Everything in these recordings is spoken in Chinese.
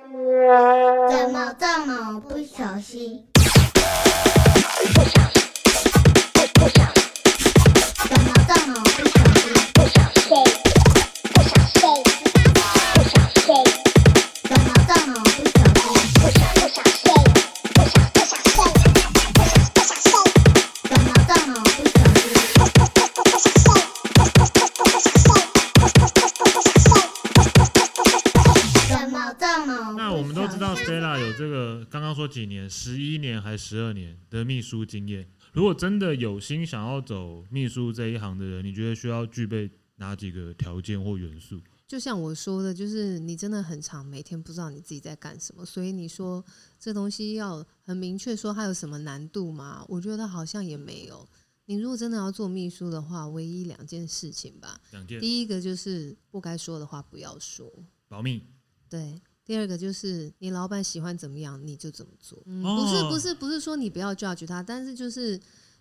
怎么这么不小心？怎么这么不小心？怎么这么不小心？怎么这么不小心？怎么这么不小心？那我们都知道 Stella 有这个刚刚说几年，十一年还十二年的秘书经验。如果真的有心想要走秘书这一行的人，你觉得需要具备哪几个条件或元素？就像我说的，就是你真的很长，每天不知道你自己在干什么，所以你说这东西要很明确说它有什么难度吗？我觉得好像也没有。你如果真的要做秘书的话，唯一两件事情吧，两件第一个就是不该说的话不要说，保密，对。第二个就是你老板喜欢怎么样你就怎么做，嗯哦不是不是不是说你不要 judge 他，但是就是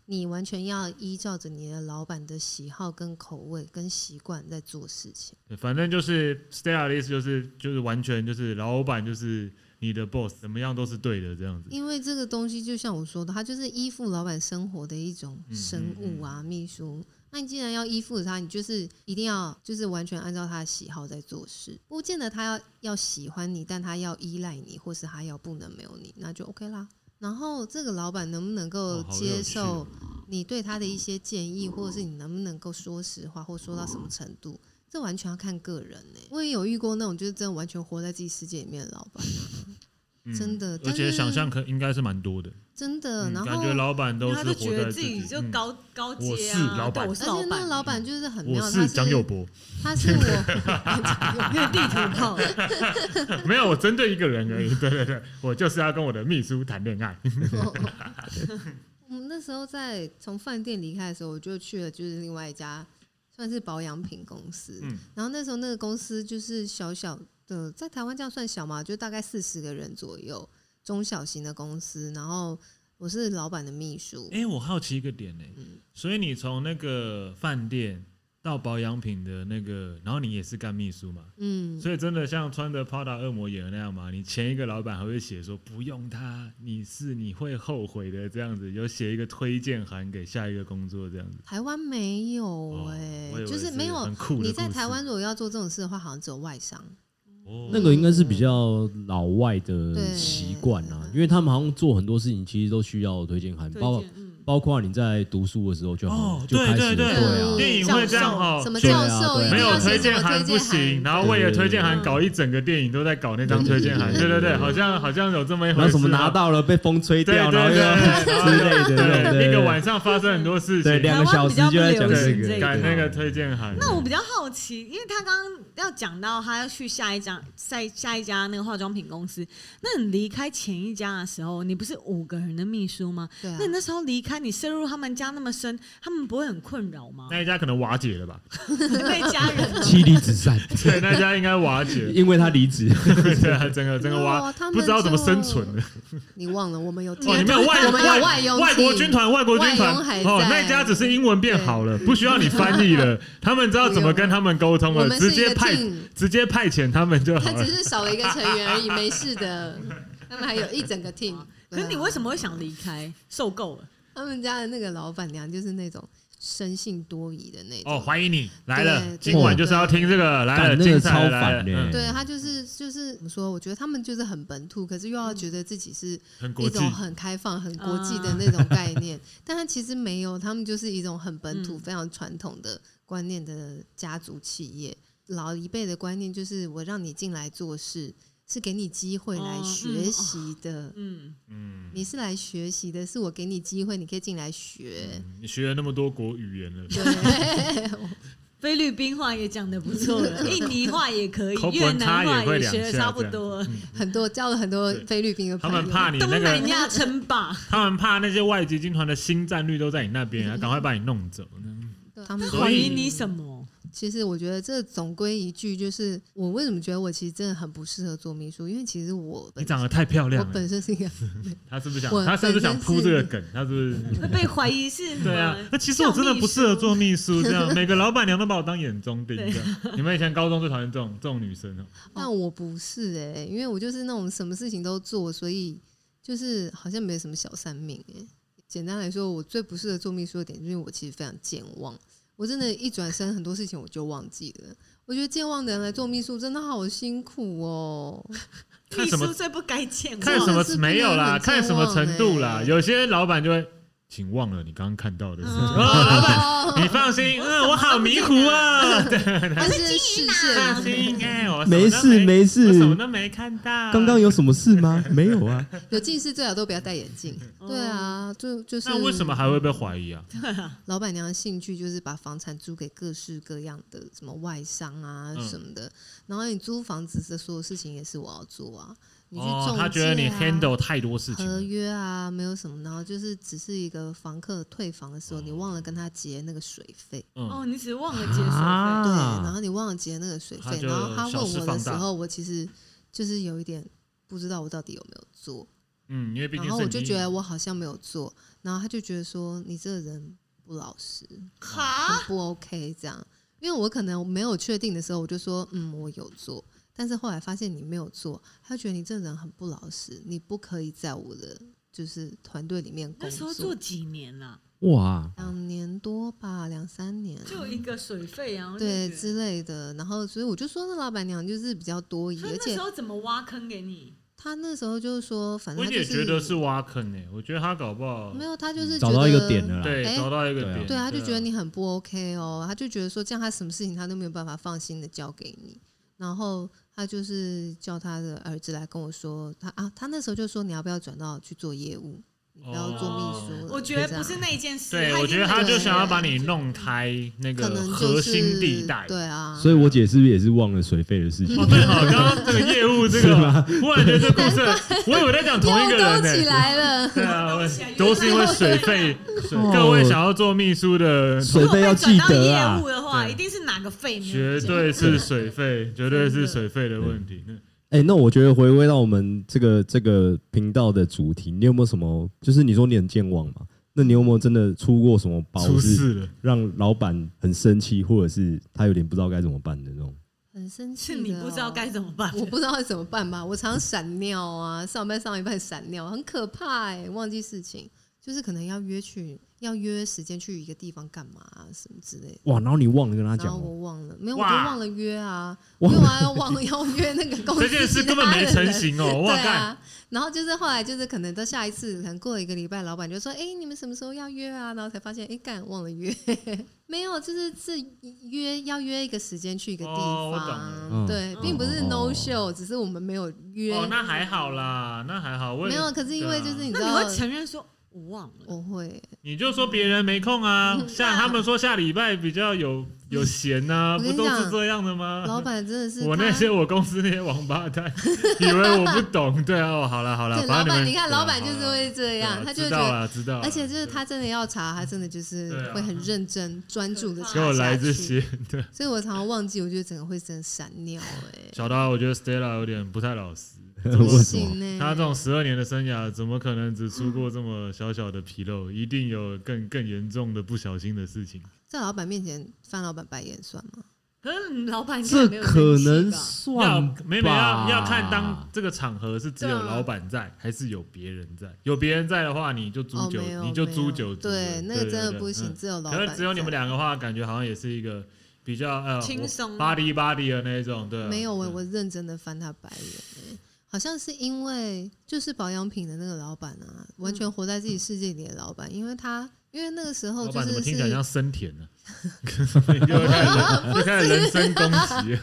你完全要依照着你的老板的喜好跟口味跟习惯在做事情。对反正就是 Stella 的意思就是就是完全就是老板就是你的 boss，怎么样都是对的这样子。因为这个东西就像我说的，它就是依附老板生活的一种嗯生物啊，秘书。那你既然要依附他，你就是一定要就是完全按照他的喜好在做事，不见得他要要喜欢你，但他要依赖你，或是他要不能没有你，那就 OK 啦。然后这个老板能不能够哦好有接趣受哦你对他的一些建议，或者是你能不能够说实话，或说到什么程度，这完全要看个人呢、我也有遇过那种就是真的完全活在自己世界里面的老板啊，嗯真的而但且是想象可应该是蛮多的，真的。嗯然后感觉老板都因为是他活在就觉得自己己就嗯高高我阶是啊，老板对我而是老且那板，个老板就是很妙，我他是张佑博， 他是我，那 个地图炮，没有，我针对一个人而已。 对对对，我就是要跟我的秘书谈恋 爱。 我们那时候在从饭店离开的时候，我就去了就是另外一家算是保养品公司，嗯然后那时候那个公司就是小小的，在台湾这样算小嘛，就大概四十个人左右，中小型的公司，然后我是老板的秘书，哎、我好奇一个点呢、欸所以你从那个饭店到保养品的那个，然后你也是干秘书嘛？嗯，所以真的像穿着 Prada 恶魔演的那样嘛？你前一个老板还会写说不用他，你是你会后悔的这样子，有写一个推荐函给下一个工作这样子。台湾没有哦哎、我以为就是是没有很酷的你在故事台湾如果要做这种事的话，好像只有外商，哦那个应该是比较老外的习惯啊，因为他们好像做很多事情其实都需要推荐函，推包荐嗯包括你在读书的时候就好哦就开始对对对啊，嗯电影会这样哦，什么就教对啊授对啊一定没有要推写什荐么函不推行，荐函，然后为了推荐函嗯搞一整个电影都在搞那张推荐函，对对对对对对对，好像好像有这么一然回后事。什啊么拿到了被风吹对掉，对然后对，又然后又之类的对对，对一个晚上发生很多事对 情，两个小时就在讲这对个，赶那个推荐函。那我比较好奇，因为他刚刚要讲到他要去下一家、下下一家那个化妆品公司，那你离开前一家的时候，你不是五个人的秘书吗？对啊那你那时候离开，你深入他们家那么深，他们不会很困扰吗？ 那一家可能瓦解 了吧？被家啊人妻离子散，对，那家应该瓦 解，因为他离 职，对啊，整个整个瓦哇他，们不知道怎么生存了。你忘了我们有哇，哦你们有外我们有外佣外国替军团，外国军团外佣还哦在，那一家只是英文变好了，不需要你翻译 了，他们知道怎么跟他们沟通我了，们是直一接个派 team 直接派遣他们就好他了只。是少了一个成员而已，没事的。 他们还有一整个 team。 可是你为什么？么会想离开？受够了，他们家的那个老板娘就是那种生性多疑的那种。哦，欢迎你来了对，今晚就是要听这个来了，干那精个彩超了来烦了，的，嗯对他就是就是怎么说？我觉得他们就是很本土，可是又要觉得自己是很国一际。种很开放、很国际的那种概念， 但他其实没有，他们就是一种很本土、嗯非常传统的观念的家族企业。老一辈的观念就是，我让你进来做事，是给你机会来哦学习的。哦嗯，嗯，你是来学习的，是我给你机会，你可以进来学。你学了那么多国语言了，菲律宾话也讲的不错了， 印尼话也可以口，吻越南差话也会两学的下差不这样 多了， 很多交了很多对菲律宾的他朋友，们怕你东那南个，亚称霸，他们怕那些外嗯籍军团的新战略都在你那边啊，赶快把你弄走。对他们所怀以疑你什么？其实我觉得这总归一句，就是我为什么觉得我其实真的很不适合做秘书，因为其实我你本长得太漂亮啊我了本，身是一个他是不是想我他是不是本身想铺这个是梗？他是不是？ 会被怀疑是对啊什么，那其实我真的不适合做秘书，这 样每个老板娘都把我当眼中钉。对这样，你们以前高中最讨厌这种这种女生哦，但我不是哎、因为我就是那种什么事情都做，所以就是好像没什么小三命哎、简单来说，我最不适合做秘书的点，就是我其实非常健忘，我真的，一转身很多事情我就忘记了。我觉得健忘的人来做秘书真的好辛 苦哦。看秘什么书最不该见看什么真的是没有啦，不能看很什么程度健忘啦。欸有些老板就会，请忘了你刚刚看到的事情。哦，嗯老板，哦，你放心，嗯，我好迷糊 啊。对，他是视放线心，哎，我什么没都事没我什么事，都没看到。刚刚有什么事吗？没有啊， 有近视最好都不要戴眼镜。哦对啊，就就是那为什么还会被怀疑啊？老板娘的兴趣就是把房产租给各式各样的什么外商啊嗯什么的，然后你租房子的所有事情也是我要做啊，你去哦中，介、啊他觉得你 handle 太多事情合了。约啊没有什么，然后就是只是一个房客退房的时候，你忘了跟他结那个水费，嗯，哦，你只忘了解水费。啊对，然后你忘了结那个水他费，就然后他小问事我的放时大候，我其实就是有一点不知道我到底有没有做，嗯，因为毕竟然后是我就你觉得我好像没有做，然后他就觉得说你这个人不老实，哈，很不 OK 这样，因为我可能没有确定的时候，我就说嗯我有做，但是后来发现你没有做，他觉得你这人很不老实，你不可以在我的就是团队里面工那时候做作几年啊啦、哇，两年多吧，两三年，就一个水费啊，然后就对觉得之类的，然后所以我就说那老板娘就是比较多疑，所以而那且时候怎么挖坑给你？她那时候就是说，反我正她就也是觉得是嗯挖坑诶，我觉得他搞不好没有，她就是找觉到一个得点了啦。对哎找到一个对啊点，对，他就啊觉得你很不 OK 哦，他就觉得说这样他什么事情他都没有办法放心的交给你，然后他就是叫他的儿子来跟我说，他啊，他那时候就说你要不要转到去做业务，你不要做秘哦书了、我觉得这不样是那一件事，对，已我经觉得他没有就想要了把你弄开那可个能就核心地是带。对啊，所以我姐是不是也是忘了水费的事情？哦，对好，刚刚这个业务这个， 忽然觉得这故事，我以为在讲同一个又人欸勾呢、起来了，对 啊，我勾起来都是因为水费。水哦各位想要做秘书的，水费要记哦如得果被转到啊业务。的话，对一定是哪个费没有绝讲对是水费，绝对是水费的问题。哎，那我觉得回归到我们这个这个频道的主题，你有没有什么？就是你说你很健忘嘛？那你有没有真的出过什么包出是事了，让老板很生气，或者是他有点不知道该怎么办的那种？很生气、是你不知道该。怎么办。哦我不知道怎么办吧，我常闪尿啊，上班上一半闪尿，很可怕哎、忘记事情，就是可能要约去，要约时间去一个地方干嘛、啊、什么之类的。哇，然后你忘了跟他然讲后哦，我忘了，没有，我就哇忘了约啊，因为我还要忘要约 那个公司这件事根本没成其型哦！他人。哇，对干，啊，然后就是后来就是可能到下一次，可能过了一个礼拜，老板就说：“哎、你们什么时候要约啊？”然后才发现，哎、干忘了约， 没有，就是是约要约一个时间去一个地哦我懂方，了对，并不是嗯 no show，、只是我们没有约，哦，那还好啦，那还好。我也没有。可是因为就是对啊你那知你道，会承认说我忘了？我会，你就说别人没空嗯啊，像他们说下礼拜比较有有闲呐，我不跟你都是讲这样的吗？老板真的 是我那他些我公司那些王八蛋，以为我不懂。对啊，哦，好了好了，对反老正板，们你看对啊老板就是好啦会这对啊样，他就会知觉道得。了知道了，而且就是他真的要查，他真的就是啊对啊啊会很认真、专注的查给我来下这去 些。对，所以我常常忘记，我觉得整个会真的闪尿哎、小刀，我觉得 Stella 有点不太老实。不 为什么？行哎、他这种十二年的生涯，怎么可能只出过这么小小的纰漏？一定有更更严重的不小心的事情。在老板面前翻老板白眼算吗？可是老板应该这没有可生能气要吧算没没要吧要看当这个场合是只有对啊老板在，还是有别人在？有别人在的话，你就哦租，酒没，有，你就没租有酒局了。对，那个真的不行，嗯只有老可板是在。只有你们两个的话，感觉好像也是一个比较呃轻松巴迪巴迪的那一种，对啊、没有我，对我认真的翻他白眼、欸，好像是因为就是保养品的那个老板啊，完全活在自己世界里的老板，因为他因为那个时候老就板怎么是听起来是像森田 呢、 又开始人又开始人身攻击了，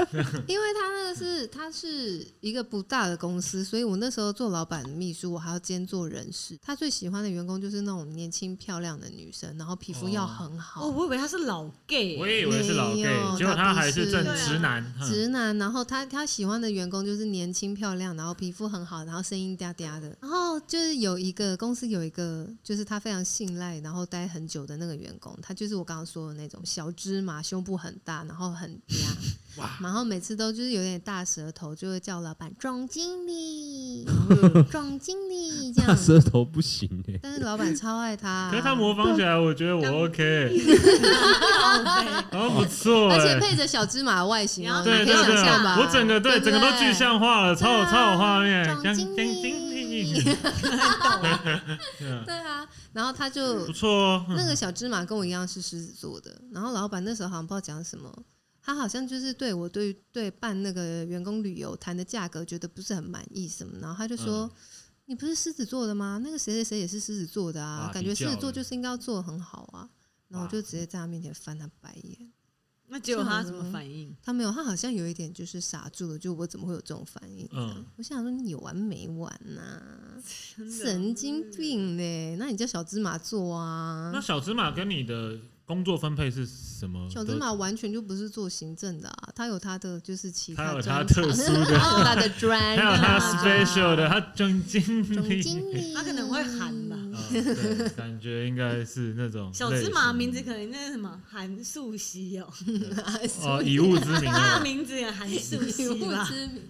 因为他那个是他是一个不大的公司，所以我那时候做老板秘书，我还要兼做人事。他最喜欢的员工就是那种年轻漂亮的女生，然后皮肤要很好。哦，我以为他是老 gay，我也以为是老没 gay，有结果他还是正他不是直男，哼啊直男，然后他他喜欢的员工就是年轻漂亮，然后皮肤很好，然后声音嗲嗲的。然后就是有一个公司有一个就是他非常信赖，然后待很久的那个员工，种，他就是我刚刚说的那种小芝麻，胸部很大，然后很 嗲，然后每次都就是有点大舌头，就会叫老板总 经理，然后就总经理这大样。舌头不行哎、但是老板超爱他、可是他模仿起来，我觉得我 OK，然后不错 而哎且。配着小芝麻的外形哦，你对可以对想对象吧？，我整个对不整个都具象化了，超有对啊超有画面。总江经江理理对啊，然后他就不错哦，那个小芝麻跟我一样是狮子座的，然后老板那时候好像不知道讲什么，他好像就是对我对对办那个员工旅游谈的价格觉得不是很满意什么，然后他就嗯说。你不是狮子座的吗？那个谁谁谁也是狮子座的啊，哇感觉比较狮子座了就是应该要做得很好啊。然后我就直接在他面前翻他白眼，那结果他怎么反应？他没有，他好像有一点就是傻住了，就我怎么会有这种反应？嗯我想说你有完没完呐、真的神经病嘞！那你叫小芝麻做啊？那小芝麻跟你的工作分配是什么？小芝麻完全就不是做行政的啊，他有他的就是其他有他专啊特长， 殊的他有他的专还长，有他 special 的，他总经总理， 经理，他可能会 喊吧啊对感觉应该是那种小芝麻名字 字可能那是什么韩素熙哦，哦，以物之名他啊的，名字也韩素以物熙 吧？之名。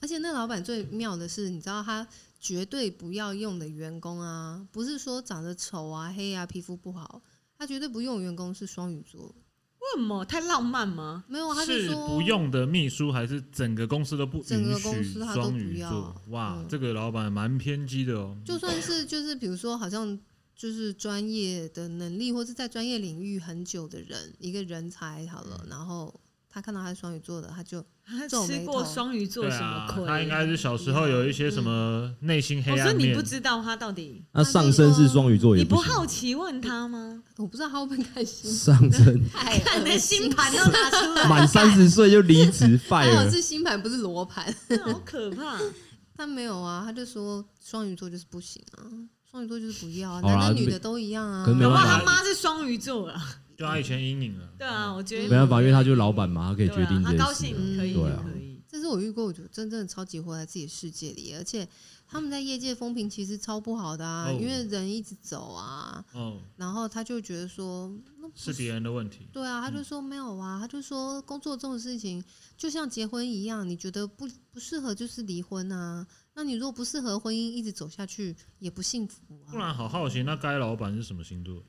而且那老板最妙的是，你知道他绝对不要用的员工啊，不是说长得丑啊、黑啊、皮肤不好，他绝对不用的员工是双鱼座，为什么太浪漫吗？没有，他就是说不用的秘书，还是整个公司都不整允个公许司他都双不鱼要座？哇嗯，这个老板蛮偏激的哦。就算是就是比如说，好像就是专业的能力，或是在专业领域很久的人，一个人才好嗯了，然后他看到他是双鱼座的，他就他皱眉吃过头双鱼座对什么嗯啊亏？，他应该是小时候有一些什么内心黑我说暗你面不。知道他到底，那上身是双鱼座也你不行好奇问他吗？我不知道他会不会开心，上 身 太看你恶的心星盘要拿出 来，满三十岁就离 职还好 fire，是星盘不是罗盘，好可怕！他没有啊，他就说双鱼座就是不行啊，双鱼座就是不要啊，好啦男的女没的都一样啊可是，没搞办不法好他妈是双鱼座了。就他以前阴影了。对啊，我觉没得办法，因为他就是老板嘛，他可以决定对啊这他件高事兴啊。可以对啊可以。这是我遇过，我觉得真正的超级活在自己的世界里，而且他们在业界风评其实超不好的啊，哦因为人一直走啊，哦，然后他就觉得说那不是别人的问题。对啊，他就说没有啊，他就说工作这种事情就像结婚一样，你觉得不不适合就是离婚啊。那你如果不适合婚姻一直走下去，也不幸福不啊。然好好奇，那该老板是什么星座？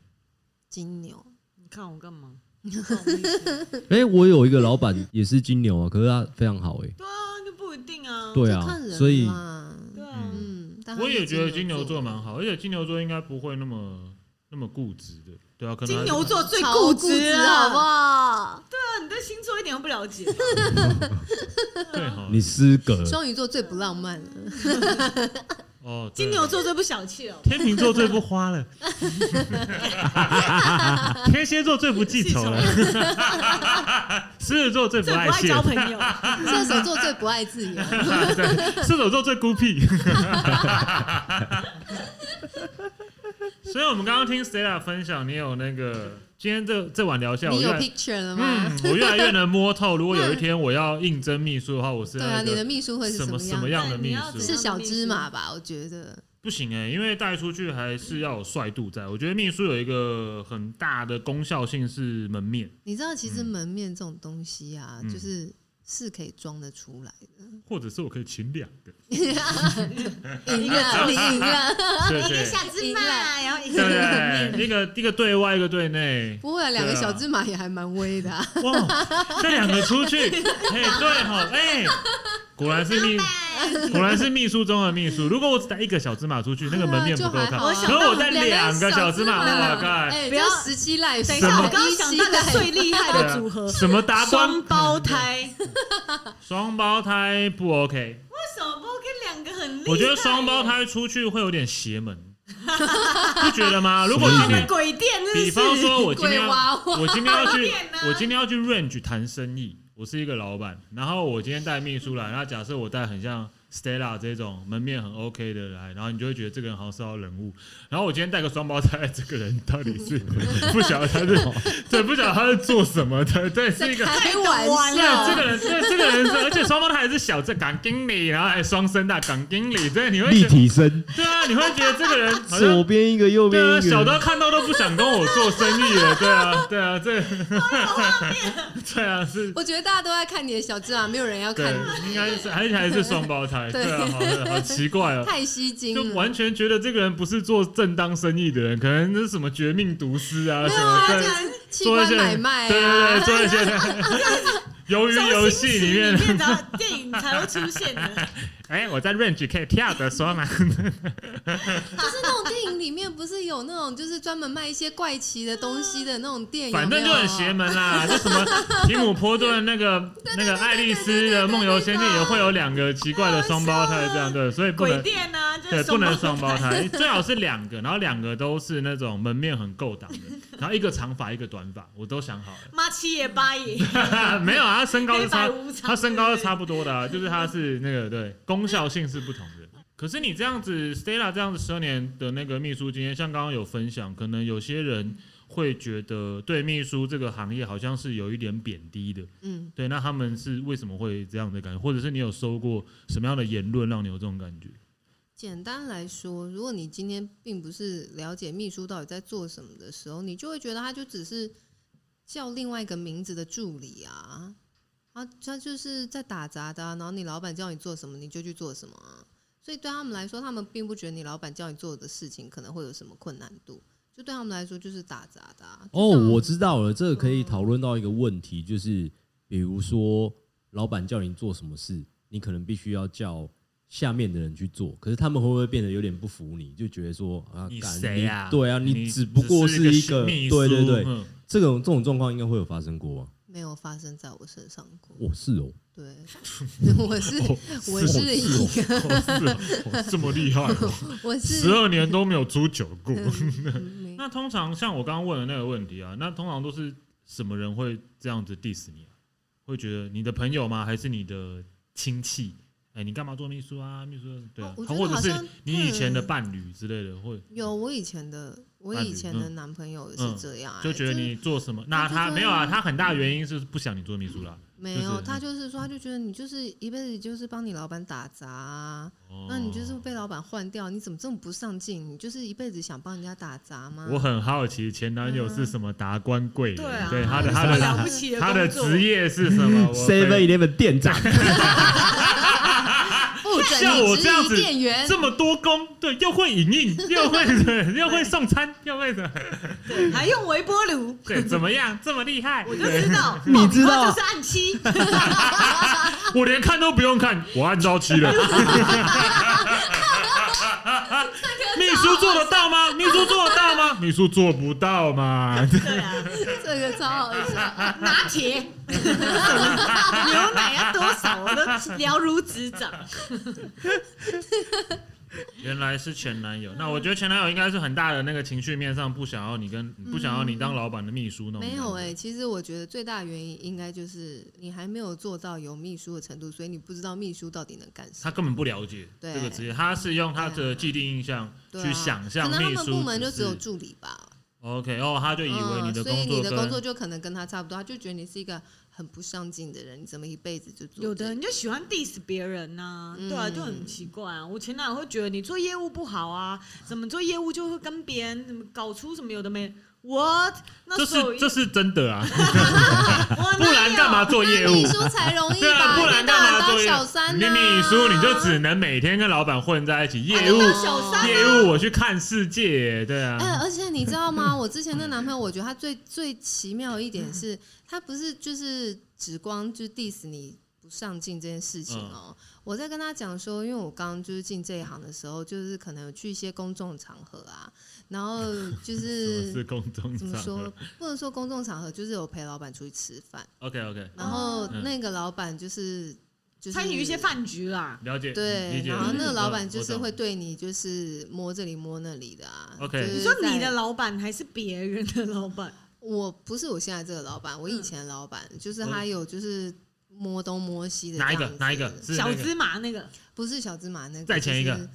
金牛，你看我干嘛？你看我干嘛哎，我有一个老板也是金牛啊，可是他非常好哎，对啊，就不一定啊。对哦就看啊，人所以啦对啊，嗯，但他我是也觉得金金牛座座蛮好，而且金牛座应该不会那么那么固执的，对啊，可能金还是牛座最超固固执执好不啊！好？那你对星座一点都不了解，对哈，你失格，双鱼座最不浪漫了，哦，对金牛座最不小气了。天秤座最不花了，天蝎座最不记仇了，狮子座最不最不爱爱谢，交朋友，射手座最不爱自 由，对，射手座最孤僻。所以，我们刚刚听 Stella 分享，你有那个今天这这晚聊下，我你越有来 picture 了吗？嗯，我越来越能摸透。如果有一天我要应征秘书的话，我是对啊，那你的个秘书会是什么样？么样的对秘你要怎书是样？小芝麻吧？我觉得不行哎、因为带出去还是要有帅度在。我觉得秘书有一个很大的功效性是门面，你知道，其实嗯门面这种东西啊，嗯就是是可以装得出来的。或者是我可以请两个，哦赢了，你赢了，对不一个对？小芝麻，然后一对个不面对？一个一个对外，一个对内。不会啊，两个小芝麻也还蛮威的啊、哇，这两个出去，哎、对哈，哎、果然是秘，果然是秘书中的秘书。如果我只带一个小芝麻出去，那个门面不够对看啊就还。好啊我可想是到我带两个小芝麻，两哇个小芝麻靠！哎，不要这十七赖，等一什下，么我刚刚想到的最厉害的组合，啊什么达双官胞胎，为双胞胎不 OK？什么不跟两个很厉害？我觉得双胞胎出去会有点邪门， 不觉得吗？如果今什么意天思，鬼店，真的是比方说我今天鬼要娃娃我今天 要去有点呢，我今天要去 Range 谈生意，我是一个老板，然后我今天带秘书来，那假设我带很像 Stella 这种门面很 OK 的来，然后你就会觉得这个人好像是号人物。然后我今天带个双胞胎，这个人到底是不晓得他是对，不晓得他是做什么的，对，是一个。开玩玩笑对，这笑，个人，对，这个人是，而且双胞胎还是小这港经理，然后还双声大港经理，对，你会立觉得，体声，对啊，你会觉得这个人 好像左边一个，右边对啊，一小个，到看到都不想跟我做生意 了。对啊，对啊，这， 对啊，是，我觉得大家都在看你的小智啊，没有人要对看你，，应该是，而且还是双胞胎。对对啊，好的，好奇怪 啊。太吸睛就了。完全觉得这个人不是做正当生意的人，可能是什么绝命毒师啊，什么他对就对是器官买卖对对，啊，做 一些 鱿鱼游戏里面，的电影才会出现的。 哎，我在 range 可以跳着说嘛，就是那种电影里面不是有那种就是专门卖一些怪奇的东西的那种店，反正有没就有很邪。门啦，就什么提姆波顿那个那个爱丽丝的梦游仙境也会有两个奇怪的双胞胎这样对，所以不鬼能店呢，就对是不能双双胞胞胎，最好是两个，然后两个都是那种门面很够档的，然后一个长发一个短发，我都想好了。妈七爷八爷，没有啊，他身高黑是差白，无常，他身高是差不多的、啊，就是他是那个对，功效性是不同的。可是你这样子，Stella 这样子十二年的那个秘书经验，像刚刚有分享，可能有些人会觉得对秘书这个行业好像是有一点贬低的，嗯，对，那他们是为什么会这样的感觉，或者是你有收过什么样的言论让你有这种感觉？简单来说，如果你今天并不是了解秘书到底在做什么的时候，你就会觉得他就只是叫另外一个名字的助理啊，啊，他就是在打杂的、啊，然后你老板叫你做什么，你就去做什么啊。所以对他们来说，他们并不觉得你老板叫你做的事情可能会有什么困难度，就对他们来说就是打杂的、啊。就哦，像我知道了，这个可以讨论到一个问题，就是比如说老板叫你做什么事，你可能必须要叫下面的人去做，可是他们会不会变得有点不服你，就觉得说啊，你干谁呀、你对啊，你你只不过是一个个，秘对书对对，嗯这种这种状况应该会有发生过吧？没有发生在我身上过。哦，是哦，对， 我是我是一个哦是哦哦这么厉害、哦。我十 是二年都没有出酒 过。嗯没那通常像我刚刚问的那个问题啊，那通常都是什么人会这样子 diss 你啊？会觉得你的朋友吗？还是你的亲戚？哎、你干嘛做秘书啊？秘书对啊哦，我觉他得或者好是像你以前的伴侣之类的，会有我以前的我以前的男朋友也是这样、哎嗯就觉得你做什么？那就他说没有啊，他很大原因是不想你做秘书啦。没就有，是他就是说，他就觉得你就是一辈子就是帮你老板打杂啊、哦 那你就是被老板换掉，你怎么这么不上进？你就是一辈子想帮啊人家打杂吗？我很好奇前男友是什么达官贵人，对啊，对他的他很了的不起的他的工作职业是什么？我 Seven Eleven 店长，不准像我你这样质子疑店员，这么多工，对，又会影印， 又会对， 又会送餐，又会的，对，还用微波炉， 对，怎么样？这么厉害？我就对 知道，你知道爆米花就是按七，我连看都不用看，我按照期 了。秘书做得到 吗？秘书做得到吗？秘书做不到嘛？ 对啊， 这个超好笑。拿铁，牛奶要多少，我都了如指掌。原来是前男友，那我觉得前男友应该是很大的那个情绪面上不想要你跟不想要你当老板的秘书那种感觉。嗯没有哎、其实我觉得最大原因应该就是你还没有做到有秘书的程度，所以你不知道秘书到底能干什他么。根本不了解对啊这个职业，他是用他的既定印象对去啊想象可能他秘们书。部门就只有助理吧， OK，哦，他就以为你的嗯、所工以作你的工作跟就可能跟他差不多，他就觉得你是一个很不上进的人，你怎么一辈子就做有这的个人就喜欢 diss 别人呐、嗯对啊，就很奇怪啊。我前男友会觉得你做业务不好啊，怎么做业务就会跟别人怎么搞出什么有的没。What？那这时候是这是真的啊，我 啊不然干嘛做业那务秘？书才容易对啊，吧？不然一天到干晚嘛做当业小三啊你呢、秘书你就只能每天跟老板混在一起，业务当小三啊业务我去看世界，对哎、啊，而且你知 道吗？我之前那男朋友，我觉得他最最奇妙的一点是，他不是就是只光就是 diss 你不上进这件事情嗯哦、我在跟他讲说，因为我刚刚就是进这一行的时候，就是可能有去一些公众场合啊，然后就 什么是是公众 怎么场说合，不能说公众场合，就是有陪老板出去吃饭， ？OK OK，然后嗯那个老板就是就是哦参与一些。饭局啊啦，了解，对理，解。然后理解那个老板就我是懂会对你就是摸这里摸那里的啊。 OK 就是你说你在的老板还是别人的老板？嗯我不是我现在这个老板，我以前的老板、就是他有就是摸东摸西的这哦哪样一子。个？哪一个？是小那芝个？麻那个不是小芝麻那个，再前一个就是，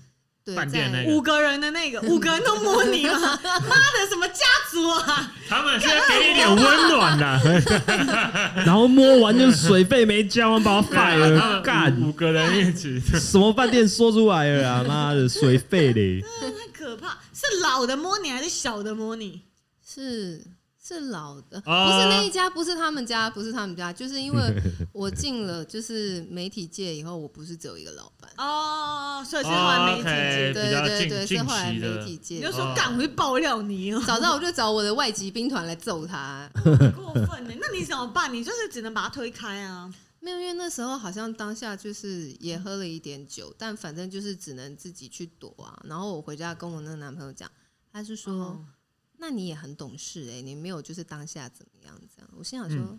对，饭店在那个五个人的那个， 五个人都摸你吗？ 妈的，什么家族啊？他们现在给你一点温暖 啊的，然后摸完就水费没交，完把我 f 了，他干们五五个人一起，什么饭店说出来 了啊？妈的，水费嘞！太可怕！是老的摸你还是小的摸你？是是老的，啊不是那一家，不是他们家，不是他们家，就是 因为我进了就是媒体界以后，我不是只有一个老板，哦，所以是后来媒体哦界比，对较对近对，近是后来期的媒体你界就。说哦干，我去爆料 你哦，早知道我就找我的外籍兵团来揍他，很过分呢。那你怎么办？你就是只能把他推开啊。没有，因为那时候好像当下就是也喝了一点酒，但反正就是只能自己去躲啊。然后我回家跟我那个男朋友讲，他就说：“哦那你也很懂事哎、你没有就是当下怎么样这样。”我心想说：“嗯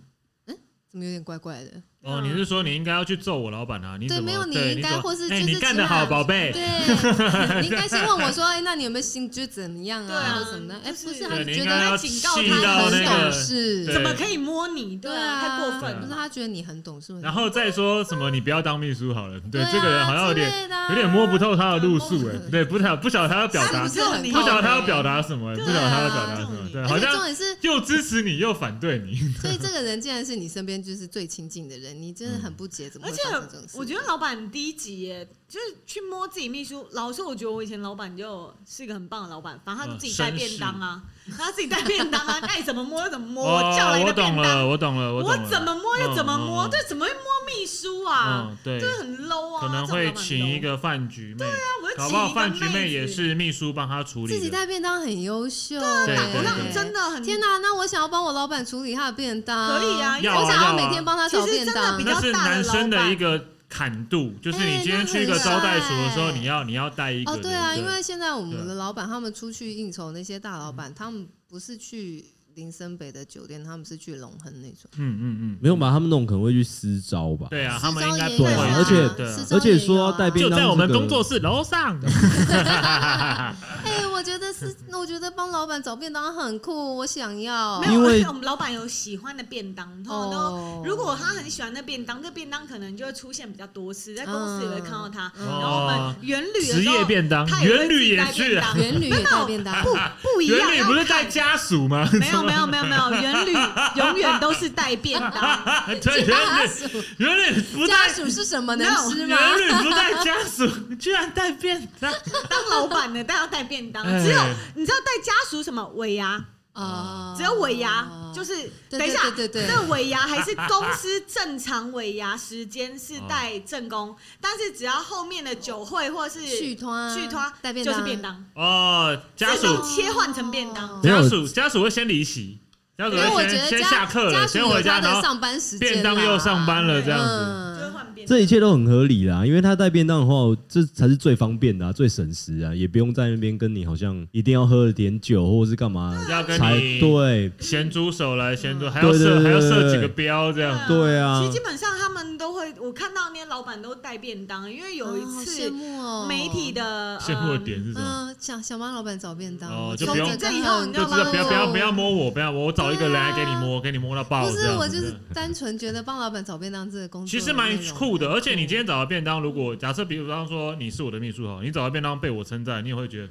怎么有点怪怪的？哦，你是说你应该要去揍我老板啊？你对，怎么没有，你对应该怎么或是就哎，是你干得起码好，宝贝。对， 你应该先问我说，哎，那你有没有心就怎么样对啊啊，或怎么的？哎，就是不是，他对，就你觉应得该要他警告气他到很那懂个。事，对怎么可以摸你？对啊，太过分对不了是吧。他觉得你很懂事，然后再说什么？你不要当秘书好了。对，对啊这个人好像有之类点的啊有点摸不透他的路数摸不哎透。对，不太不晓得他要表是达不，是很不靠晓得他要北表达什么，哎不对晓啊得他要表达什么。对，重点好啊而且哎重像点是，又支持你又反对你。所以这个人竟然是你身边就是最亲近的人，你真的很不解，怎么嗯而会且发生这种事？我觉得老板很低级耶，就是去摸自己秘书。老实说，我觉得我以前老板就是一个很棒的老板，反正他就自己带便当啊，他自己带便当啊， 爱怎么摸就怎么摸，我叫来哦的我便懂当，了，我懂了，我我懂了。怎么摸就怎么摸，嗯嗯嗯这怎么会摸秘书啊？嗯，对，这很 low 啊！可能这会种老板很 low 请一，个饭局妹，那我就搞请不好一饭个局妹也子。是秘书帮他处理的。自己带便当很优秀，哎对我对让对啊真的很天哪！那我想要帮我老板处理他的便当，可以啊要啊我想要要啊每天帮他找其实便真的当比，较那是男生的一个坎度，就是你今天去一个招待所的时候，你要你要带一个哦，的。对啊，因不为现在我对嗯们的老板他们出去应酬，那些大老板、他们不是去林森北的酒店，他们是去龙亨那种。嗯嗯嗯，没有吧？他们那种可能会去私招吧？对啊，私他们应该招也不会有啊对而且对啊私招而且也有说啊带便就当在我们这个工作室楼 上。哎、我觉得是，我觉得帮老板找便当很酷，我想要。没有，因为而且我们老板有喜欢的便当，通常都哦如果他很喜欢那便当，这便当可能就会出现比较多次，在公司也会看到他。嗯然后我哦们元旅的职时候业，便当他，也元会自旅己也带便是啊，当，元旅也带便当，不 不一元样，旅要不是带看家属吗？ 没有没有没有没有，元旅永远都是带便当。 对，元家旅属元旅不带家属是什么能吃吗？元旅不带家属，居然带便当， 当老板的但要带便当，哎啊嗯只有你知道带家属什么尾牙，啊、只有尾牙就是对等一下，对对对对这个尾牙还是公司正常尾牙时间是带 正宫，但是只要后面的酒会或是续团续团带便就当是便当，哦，家自属动切换成便当。没家有属家属会先离席，家属因为我会觉先得先家下课了，家属先有回他家，然的后上班时间啦，便当又上班了这样子。就嗯，会换便当这一切都很合理啦，因为他带便当的话，这才是最方便的、啊，最省时啊，也不用在那边跟你好像一定要喝了点酒或者是干嘛要跟才你对咸猪手来咸猪，还对要对设对还要设对几个对标这样。对啊其实基本上他们都会，我看到那些老板都带便当，因为有一啊好次羡慕哦，媒体的羡慕的点呃是什么？嗯，想想帮老板找便当，哦我就从不用这个这以后很你哦就要知道帮不要我不要不要摸我，不要我找一个人来给你摸，给你摸到爆不这是样我子就是对单纯觉得帮老板找便当这个工作其实蛮酷的，而且你今天天找的便当，如果假设比如方说你是我的秘书好了，你找的便当被我称赞，你也会觉得啊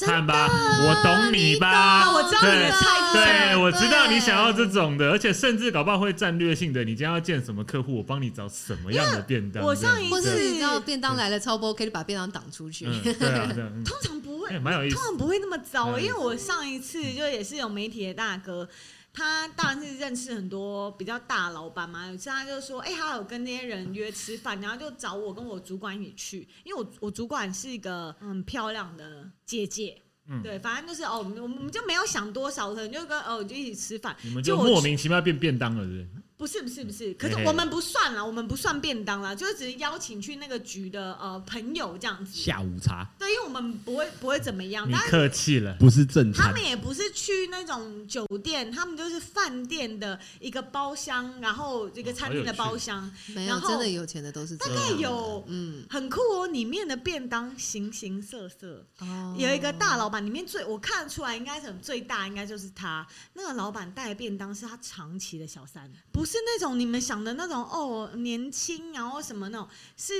看吧，我懂你吧，懂我知道你的菜是什对，我知道你想要这种的，而且甚至搞不好会战略性的，你今天要见什么客户，我帮你找什么样的便当。我这样上一或是次你知道便当来了超不 OK，就把便当挡出去。嗯，对啊，对啊， 嗯通 常不会哎，蛮有意思通。常不会那么糟、嗯因为我上一次就也是有媒体的大哥，他当然是认识很多比较大老板嘛。有一次他就说，哎、他有跟那些人约吃饭，然后就找我跟我主管一起去，因为我我主管是一个很漂亮的姐姐。嗯对，反正就是哦，我们我们就没有想多少，可能就跟哦，我就一起吃饭。你们结就果莫去名其妙变便当了，是不是？不是不是不是，嗯可嘿是嘿我们不算啦，我们不算便当啦，就是只是邀请去那个局的呃朋友这样子。下午茶，对，因为我们不会不会怎么样，你但是客气了，不是正他餐们。也不是去那种酒店，他们就是饭店的一个包厢，然后一个餐厅的包厢，没有，然后真的有钱的都是这大样。概有嗯，很酷哦，里面的便当形形色色，哦有一个大老板，里面最我看出来应该是最大，应该就是他那个老板带的便当是他长期的小三，不是是那种你们想的那种哦，年轻然后什么那种，是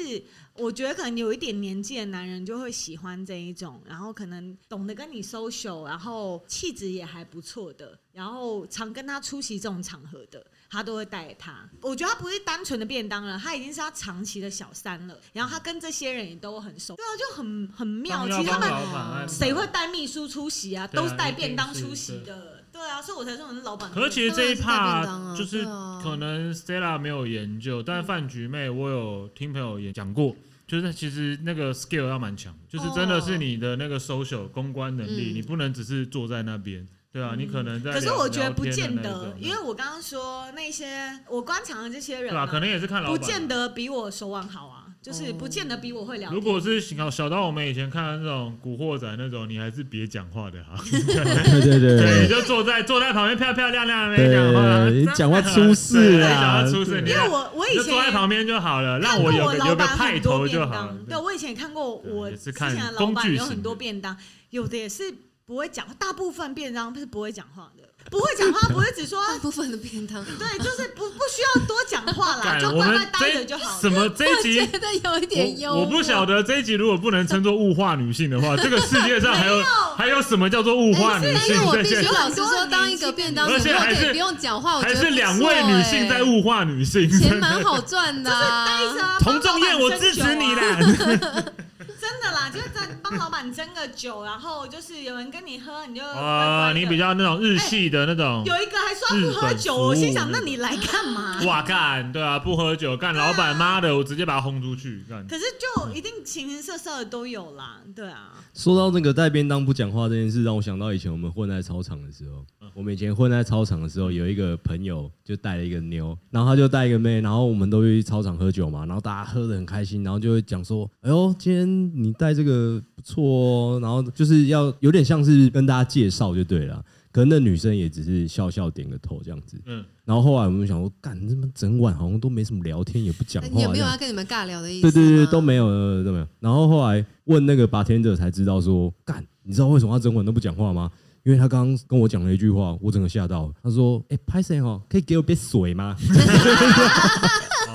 我觉得可能有一点年纪的男人就会喜欢这一种，然后可能懂得跟你 social，然后气质也还不错的，然后常跟他出席这种场合的，他都会带他。我觉得他不是单纯的便当了，他已经是他长期的小三了，然后他跟这些人也都很熟，对啊，就很很妙。其实他们们啊谁会带秘书出席啊？对啊都是带便当出席的。对啊，所以我才说我们老板。可是其实这一当然趴是带便当啊就是对啊可能 Stella 没有研究，但嗯饭局妹我有听朋友也讲过，就是其实那个 skill 要蛮强，就是真哦的是你的那个 social 公关能力，嗯你不能只是坐在那边，对啊，你可能在嗯可是聊我觉得不见聊天的那得种，因为我刚刚说那些我观察的这些对啊人、啊吧？可能也是看老不板。见得比我手腕好啊，就是哦不见得比我会聊天。如果是小小到我们以前看的那种古惑仔那种，你还是别讲话的好，对 对对对，你对就坐在坐在旁边漂漂亮亮的没讲话，啊对，你讲话出事对啊，讲话出事你因为我我你以就前坐在旁边就好了，看让过有个老有个板派很多头便就当，好了。对，我以前也看过对我也是之看前的老工板具有型很多的便当，有的也是不会讲，大部分便当是不会讲话的，不会讲话不是只说 大部分的便当，对，就是不不需要多讲话啦， 干就我乖们乖待着这就好什了。么这一觉集？得有一点幽我默。我不晓得这一集如果不能称作物化女性的话，这个世界上还有还有什么叫做物化哎，女是但性是我这必须件？老实说，当一个便当而且主播还可是以不用讲话，我觉还得是不两错位女性哎在物化女性？钱 蛮好赚的啊、待着啊童仲彦，我支持你！啦！帮老板斟酒啊真的啦， 就是在帮老板斟个酒，然后就是有人跟你喝，你就乖哇，乖的哦啊你比较那种日系的那种，有一个还说他不喝酒，日本服务我心想那你来 干嘛？哇干，对啊，不喝酒干，老板妈的，我直接把他轰出去干。可是就一定形形色色的都有啦，对啊。说到那个带便当不讲话这件事，让我想到以前我们混在操场的时候嗯，我们以前混在操场的时候，有一个朋友就带了一个妞，然后他就带一个妹，然后我们都去操场喝酒嘛，然后大家喝的很开心，然后就会讲说，哎呦，今天你带这个不错哦，然后就是要有点像是跟大家介绍就对了。啊可能那女生也只是笑笑点个头这样子，嗯，然后后来我们想说，干你怎么整晚好像都没什么聊天，也不讲话，也没这有样要哎跟你们尬聊的意思对吗，对对，都没有呃都没有。然后后来问那个 bartender 才知道说，干，你知道为什么他整晚都不讲话吗？因为他刚刚跟我讲了一句话，我整个吓到了。他说：“哎、拍谁哦，可以给我杯水吗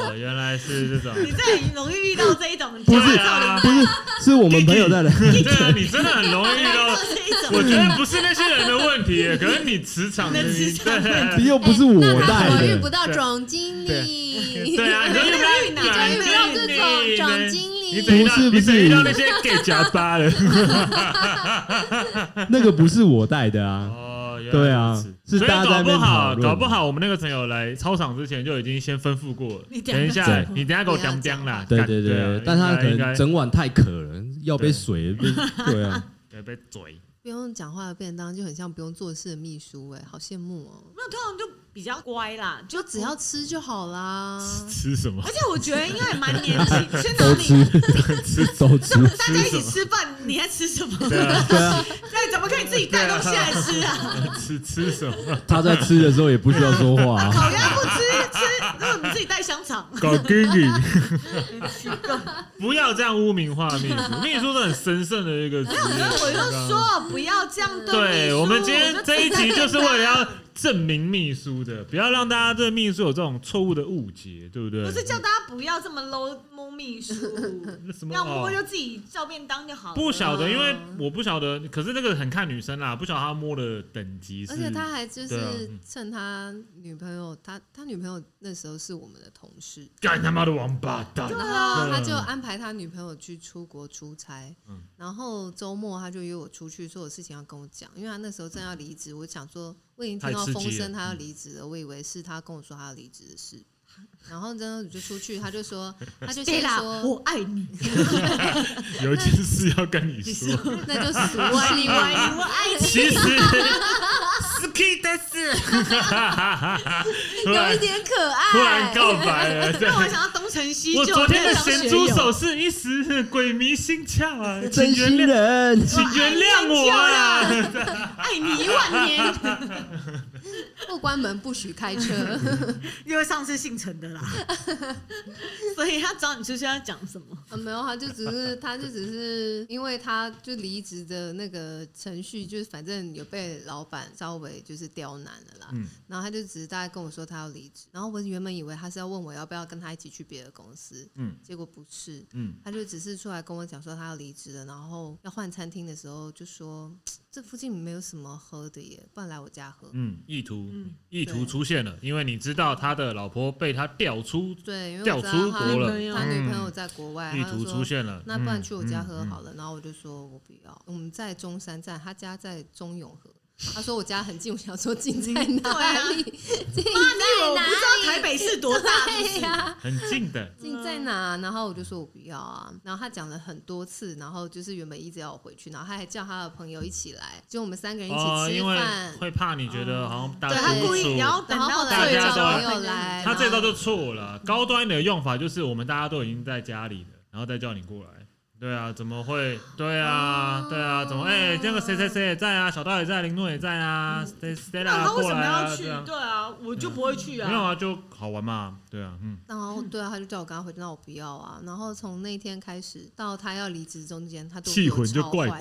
哦，原来是这种。你这很容易遇到这一种，不是对啊，？”是我们朋友带的，对啊，你真的很容易遇到。就是一我种。觉得不是那些人的问题，可能你磁场的你的磁场对 又不是我那还带好遇 的不。到对总经理， 对啊，你就遇到你就遇到这种总经理你等一下，不是你不是等一下那些 gay 假巴的。那个不是我带的啊。哦，原来对啊如此，是所以大家在搞那不边好讨，论搞不好我们那个朋友来操场之前就已经先吩咐过了。你等等一一下下对，你等一下给我讲讲啦。对干对对，对对啊，但他应该可应该能整晚太渴了，要杯水。被 对 啊，对被嘴。不用讲话的便当就很像不用做事的秘书、哎，好羡慕哦！那通常就比较乖啦，就就只哦要吃就好啦。吃什么而？且我觉得应该也蛮年 轻，去哪都里吃 都吃。大家一起吃饭，你还吃什么？对啊，对啊，那怎么可以自己带东西来吃啊？吃吃什 么？他在吃的时候也不需要说 话、啊。烤鸭不吃吃， 那你自己带香肠。搞哥哥，不要这样污名化秘书，秘书是很神圣的一个职业。 我就说不要这样秘对，书我们今天我就这一集就是为了要证明秘书的，不要让大家对秘书有这种错误的误解，对不对？不是叫大家不要这么 low 摸秘书，那什么 要摸哦就自己照便当就好了。不晓得，因为嗯我不晓得，可是那个很看女生啦，不晓得她摸的等级是。而且他还就对啊是嗯趁他女朋友，他他女朋友那时候是我们的同事，干他妈的王八蛋！然啊后对他就安排他女朋友去出国出差，嗯然后周末他就约我出去，说有事情要跟我讲，因为他那时候正要离职，我想说我已经听到太刺风激了声他要离职了，我以为是他跟我说他要离职 的事，然后真的就出去，他就说他就对先啦，说我爱你，有一件事要跟你说，那就俗我爱气你，我爱你，我爱你。其实 ski 的是， 突有然一点可突然爱，告白了， 对让我想到东成西就。我昨天的张学咸友猪手是一时鬼迷心窍啊，真请原心谅，人，请 原谅我啊！爱你一万年。不关门不许开车， 因为上次姓陈的啦，所以他找你出去要讲什么？呃，没有，他就只是，他就只是，因为他就离职的那个程序，就是反正有被老板稍微就是刁难了啊啦。嗯然后他就只是大概跟我说他要离职，然后我原本以为他是要问我要不要跟他一起去别的公司，嗯结果不是，嗯，他就只是出来跟我讲说他要离职了，然后要换餐厅的时候就说这附近没有什么喝的耶，不然来我家喝。嗯，意图嗯意图对出现了，因为你知道他的老婆被他调出，对，因为调我知道出他国了嗯女朋友他女朋友在国外，意他就图说出现了。那不然去我家嗯喝好嗯了。然后我就说我不要，我们在中山站，他家在中永和。他说我家很近，我想说近在哪里？近在我不哪？知道台北市啊 多大，对呀、嗯很近的，近在哪？嗯然后我就说我不要啊。然后他讲了很多次，然后就是原本一直要我回去，然后他还叫他的朋友一起来，就我们三个 人一起哦，吃因为饭。嗯会怕你觉得好像大对家他都故错意，然后等然后到后大来最家又叫早都朋来友来，他这然后招就错了。高端一点的用法就是我们大家都已经在家里了，然后再叫你过来。对啊，怎么会？对哦啊，对啊，怎么？哎、那个谁谁谁也在啊，小道也在，林诺也在啊，Stella 嗯那他为过什么来啊，要去这样？对啊，我就不会去没有啊。啊，就好玩嘛。对啊，嗯，然后对啊，他就叫我跟他回去，那我不要啊。然后从那天开始到他要离职中间，他对我超坏的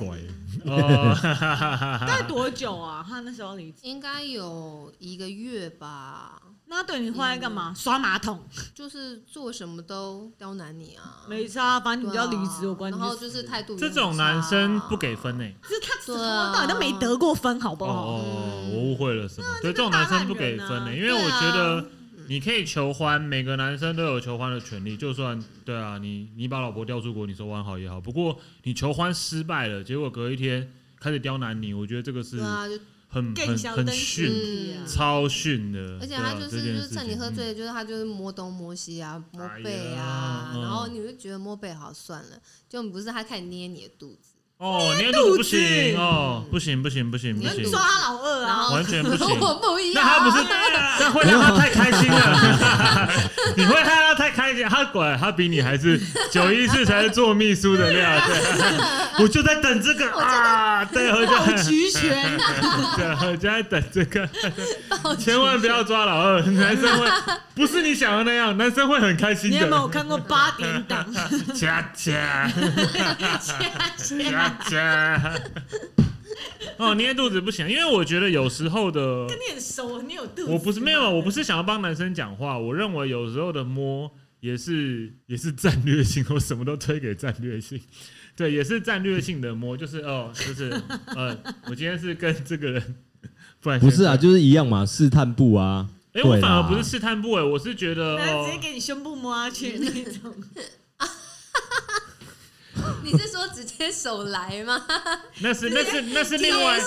哦， 大概多久啊？他那时候离职，应该有一个月吧，那他对你坏在干嘛？刷马桶，就是做什么都刁难你啊，没差，反正你对就啊嗯要离职，我管你然去死。后就是态度也这很种男生差啊不给分呢、欸就是他从对头啊到尾都没得过分，好不哦好？哦，嗯我误会了什么？对，这个这种男生不给大分烂呢、人啊因为我觉得你可以求欢，每个男生都有求欢的权利。就算对啊，你你把老婆调出国，你说欢好也好，不过你求欢失败了，结果隔一天开始刁难你，我觉得这个是对啊，就很更很小很灯逊，体啊嗯超逊的。而且对啊他就这件是就事是趁你情喝嗯醉了，就是他就是摸东摸西啊，摸哎背呀啊，嗯然后你就觉得摸背好算了，就不是他开始捏你的肚子，哦，捏肚肚子不子行哦，不行不行不行不你捏就行肚，抓他老二然啊！后完全不行。 我不一那样，他不是，哎那会让他太开心 了，你会让他太开心，他果然他比你还是九一四才是做秘书的料，对，我就在等这个啊，对，我就抱 菊拳，对，我就在等这 个，抱歉千万不要抓老二，男生会不是你想的那样，男生会很开心你有没有的，看过八点档？ 恰恰恰 恰，哦，捏肚子不行，因为我觉得有时候的跟你很熟，你有肚子？我不是没有，我不是想要帮男生讲话。我认为有时候的摸也是也是战略性，我什么都推给战略性。对，也是战略性的摸，就是哦，就是呃，我今天是跟这个人，不然不是啊，先，就是一样嘛，试探步啊。哎、我对反而啦不是试探部位，哎我是觉得然后直接哦，给你胸部摸下去那种， 你是说直接手来吗？那是那是那是贴另外胸，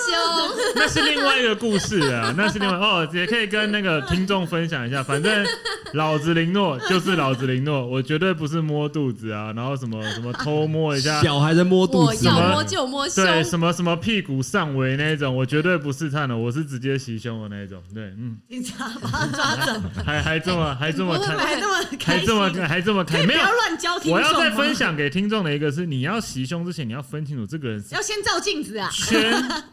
那是另外一个故事啊，那是另外哦，也可以跟那个听众分享一下。反正老子林诺就是老子林诺，我绝对不是摸肚子啊，然后什么什么偷摸一下，小孩在摸肚我子要吗嘛摸，就摸胸，对，什么什么屁股上围那一种，我绝对不试探的，我是直接袭胸的那一种。对，嗯，警察把他抓走，还还这么还这么不会开，吧还这么开还心这么还这么开，不没有。要乱教听我要众再吗分，享给听众的一个是，你要袭胸之前，你要分清楚这个人是要先照镜子啊！圈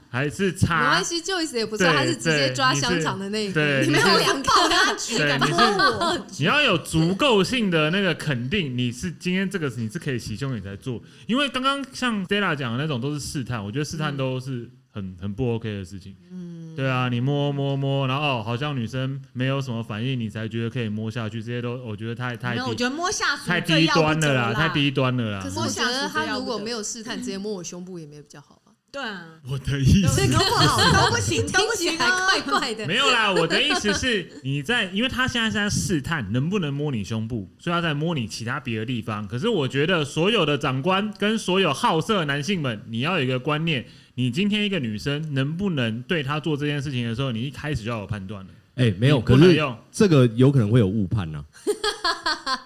还是没叉关。系，Joyce 也不错，啊对他是直接抓香肠的那一对嗯个，对们你是两个抱他举对，敢你摸 我，是你要有足够性的那个肯定，你是今天这个你是可以袭胸你才做，因为刚刚像 Stella 讲的那种都是试探，我觉得试探都是嗯很很不 OK 的事情。嗯，对啊，你摸摸摸，然后、哦、好像女生没有什么反应，你才觉得可以摸下去，这些都我觉得太太没有，我低觉得摸下属太最低要不端得了啦，太。低端了啦可。是摸我下觉得是最他要如不果得没有 试探，直接摸我胸部也没有比较好啊，对啊，我的意所以都 不好，都不行，都听不起行来啊！怪怪 的。没有啦，我的意思是，你在，因为他现在是在试探能不能摸你胸部，所以他在摸你其他别的地方。可是我觉得，所有的长官跟所有好色的男性们，你要有一个观念，你今天一个女生能不能对她做这件事情的时候，你一开始就要有判断了。哎，没有，你不可能是用。这个有可能会有误判呐。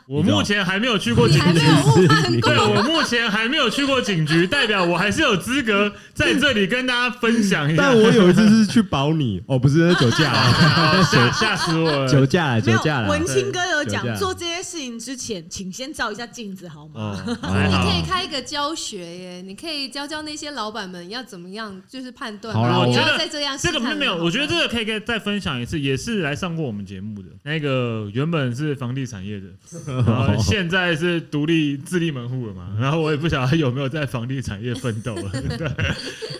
我目前还没有去过你警还没局， 有误判对我目前还没有去过警局，代表我还是有资格在这里跟大家分享一下。但我有一次是去保你，哦，不是那酒驾啦，哦吓吓死我了！酒驾啦，没酒有驾，啦。文青哥有酒讲，驾做这些事情之前，请先照一下镜子，好吗？哦，还你好可以开一个教学耶，你可以教教那些老板们要怎么样，就是判断，好啦不我觉要得再这样试这探个了。没有，我觉得这个可以跟再分享一次，也是来上过我们节目的那个原本是房地产业的，然后现在是独立自立门户了嘛， 然后我也不晓得他有没有在房地产业奋斗了。对，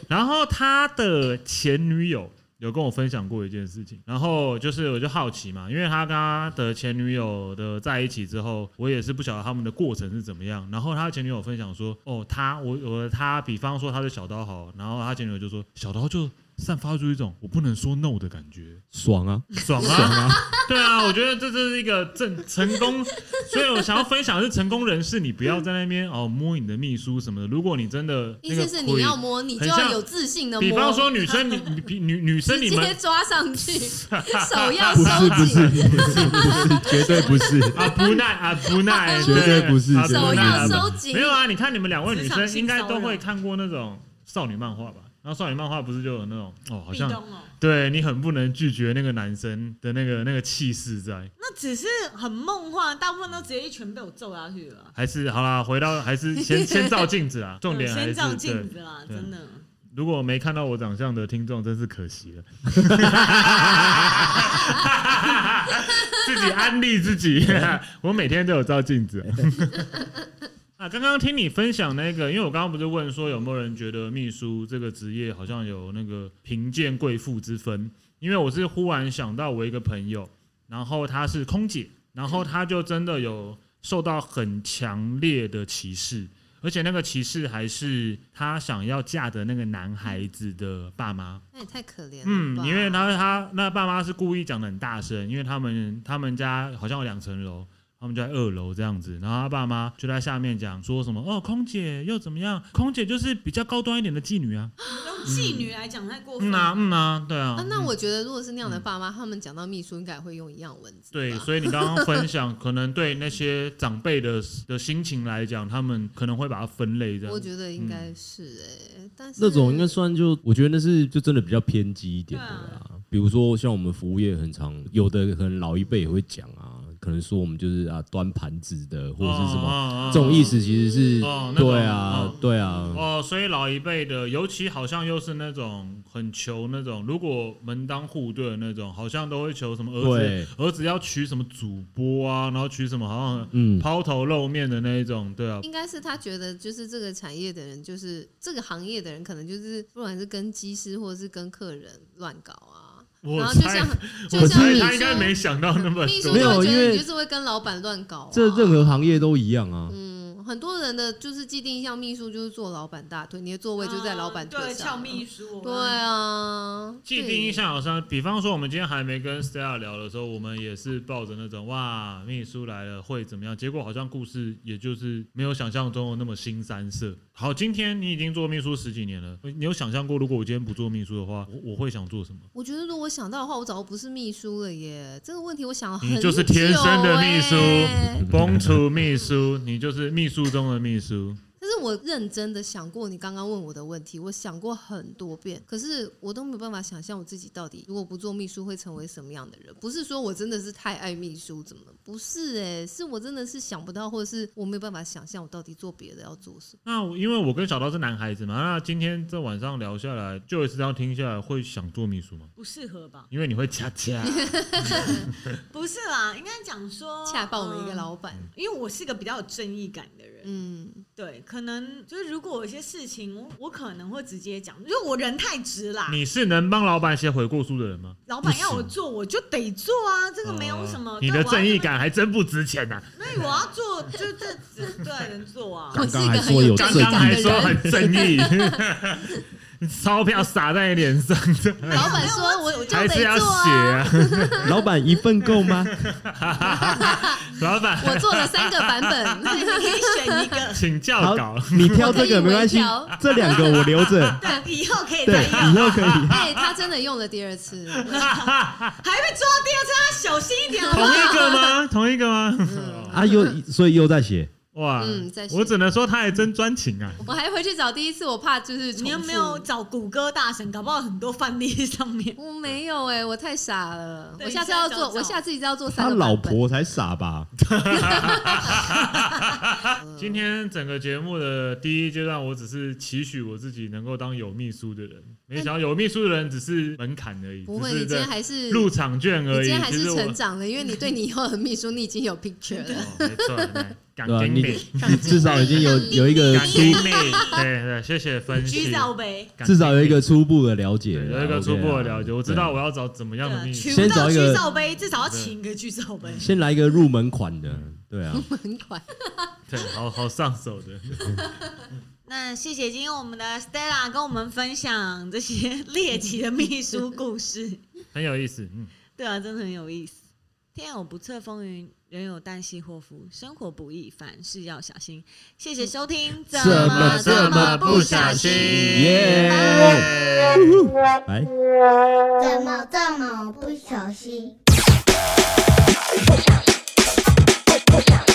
然后他的前女友有跟我分享过一件事情，然后就是我就好奇嘛，因为他跟他的前女友的在一起之后，我也是不晓得他们的过程是怎么样。然后他前女友分享说，哦，他我我他比方说他的小刀好，然后他前女友就说小刀就散发出一种我不能说 no 的感觉，爽啊！嗯爽啊！ 对啊，我觉得这这是一个正成功， 所以我想要分享的是成功人士，你不要在那边哦摸你的秘书什么的。如果你真的意那个思是你要摸，你就很要像有自信的摸。比方说女生，你你比女女生直你接们抓上 去，手要不是收不是紧，不是不是，绝对不是，啊不耐啊不 耐，绝对不是啊绝手对不耐要啊收不紧没。有啊，你看你们两位女职场生性应该都骚会扰看过那种少女漫画吧？然后少女漫画不是就有那种哦，好壁像咚哦，对你很不能拒绝那个男生的那个那个气势在。那只是很梦幻，大部分都直接一拳被我揍下去了。还是好啦，回到还是先先照镜子 啊，重点还是先照对镜子啦，对真的。如果没看到我长相的听众，真是可惜了。自己安利自己， 我每天都有照镜子。啊，刚刚听你分享那个，因为我刚刚不是问说有没有人觉得秘书这个职业好像有那个贫贱贵妇之分？因为我是忽然想到我一个朋友，然后她是空姐，然后她就真的有受到很强烈的歧视，而且那个歧视还是她想要嫁的那个男孩子的爸妈。那也太可怜了嗯吧。，因为他他那爸妈是故意讲的很大声，因为他们他们家好像有两层楼，他们就在二楼这样子，然后他爸妈就在下面讲说什么哦，空姐又怎么样？空姐就是比较高端一点的妓女啊，用妓女来讲太过分 嗯啊了。嗯啊，对啊啊，，那我觉得如果是那样嗯的爸妈，他们讲到秘书应该也会用一样文字吧。对，所以你刚刚分享，可能对那些长辈的的心情来讲，他们可能会把它分类这样嗯我。觉得应该是哎、但是那种应该算就，我觉得那是就真的比较偏激一点的对啦。比如说像我们服务业很常有的，可能老一辈也会讲啊，可能说我们就是啊端盘子的或者是什么，么这种意思其实是哦哦那种对啊哦对啊，哦，所以老一辈的，尤其好像又是那种很求那种，如果门当户对的那种，好像都会求什么儿子对，儿子要娶什么主播啊，然后娶什么好像嗯，抛头露面的那一种，对啊，应该是他觉得就是这个产业的人，就是这个行业的人，可能就是不管是跟技师或者是跟客人乱搞啊。我然后就猜像我就像猜秘他应该书没想到那么秘书多就没，有会觉因得为你就是会跟老板乱搞、啊，这任何行业都一样啊。嗯，很多人的就是既定印象，秘书就是坐老板大腿，你的座位就在老板嗯腿对，俏上啊。秘书。对啊，既定印象好像，比方说我们今天还没跟 Stella 聊的时候，我们也是抱着那种哇，秘书来了会怎么样？结果好像故事也就是没有想象中的那么新三色。好，今天你已经做秘书十几年了，你有想象过如果我今天不做秘书的话，我我会想做什么？我觉得如果我想到的话，我早就不是秘书了耶。这个问题我想了很久、哎你欸，就是天生的秘书，崩除秘书，你就是秘书中的秘书。但是我认真的想过你刚刚问我的问题，我想过很多遍，可是我都没有办法想象我自己到底如果不做秘书会成为什么样的人。不是说我真的是太爱秘书，怎么了不是、欸？是我真的是想不到，或者是我没有办法想象我到底做别的要做什么。那我因为我跟小刀是男孩子嘛，那今天这晚上聊下来，就也是这样听下来，会想做秘书吗？不适合吧？因为你会恰恰。不是啦，应该讲说恰爆我们一个嗯老板，因为我是一个比较有正义感的人，嗯，对，可能就是如果有些事情，我我可能会直接讲，因为我人太直啦。你是能帮老板写悔过书的人吗？老板要我做，我就得做啊，这个没有什么。哦你但的我要正义，感还真不值钱呐、那我要做，就这只对人做 啊。嗯我刚是刚一还个很说有正刚义刚感还的说人。很正义， 钞票撒在你脸 上，嗯 老板说我我就还是得要写做啊，啊。 老板一份够 吗？老板，我做了三个版你 本，可以选一个，。请教好稿。，你挑这个没关系我可以微调，这两个我留着 对，以后可以对，再用以。后可以。哎、他真的用了第二次，还被抓第二次，要小心一点好不同哦 好？一个吗？同一个吗？啊，又所以又在写， 哇，嗯在学我只能说他还真专情啊。我还回去找第一次，我怕就是重你有没有复？找谷歌大神？搞不好很多范例上 面。我没有哎、我太傻了。对我下次要你现在做，找我下次一定要做三他个老版本。婆才傻吧？嗯今天整个节目的第一阶段，我只是期许我自己能够当有秘书的人，没想到有秘书的人只是门槛而已，不会，只你是今天在还是入场券你而已。今天还其实是我成长了，因为你对你以后的秘书，你已经有 picture 了。哦没错，对港对啊经你理，你至少已经有有一个港经理，对对，谢谢分析举。手呗，港至少有一经个理初步的了解啊啦，有一个 OK 初步的啦了解，我知道我要找怎么样的秘对，书。取先不到找一举个手呗，至少要请一个举手呗对。先来一个入门款的，对啊， 门款，对，好好上手的。那谢谢今天我们的 Stella 跟我们分享这些猎奇的秘书故事，很有意思，嗯， 对啊，真的很有意思。天有不测风云，人有旦夕祸福，生活不易，凡事要小心。谢谢收听，怎么这么不小心耶、来。怎么这么不小心？不小心，不小心。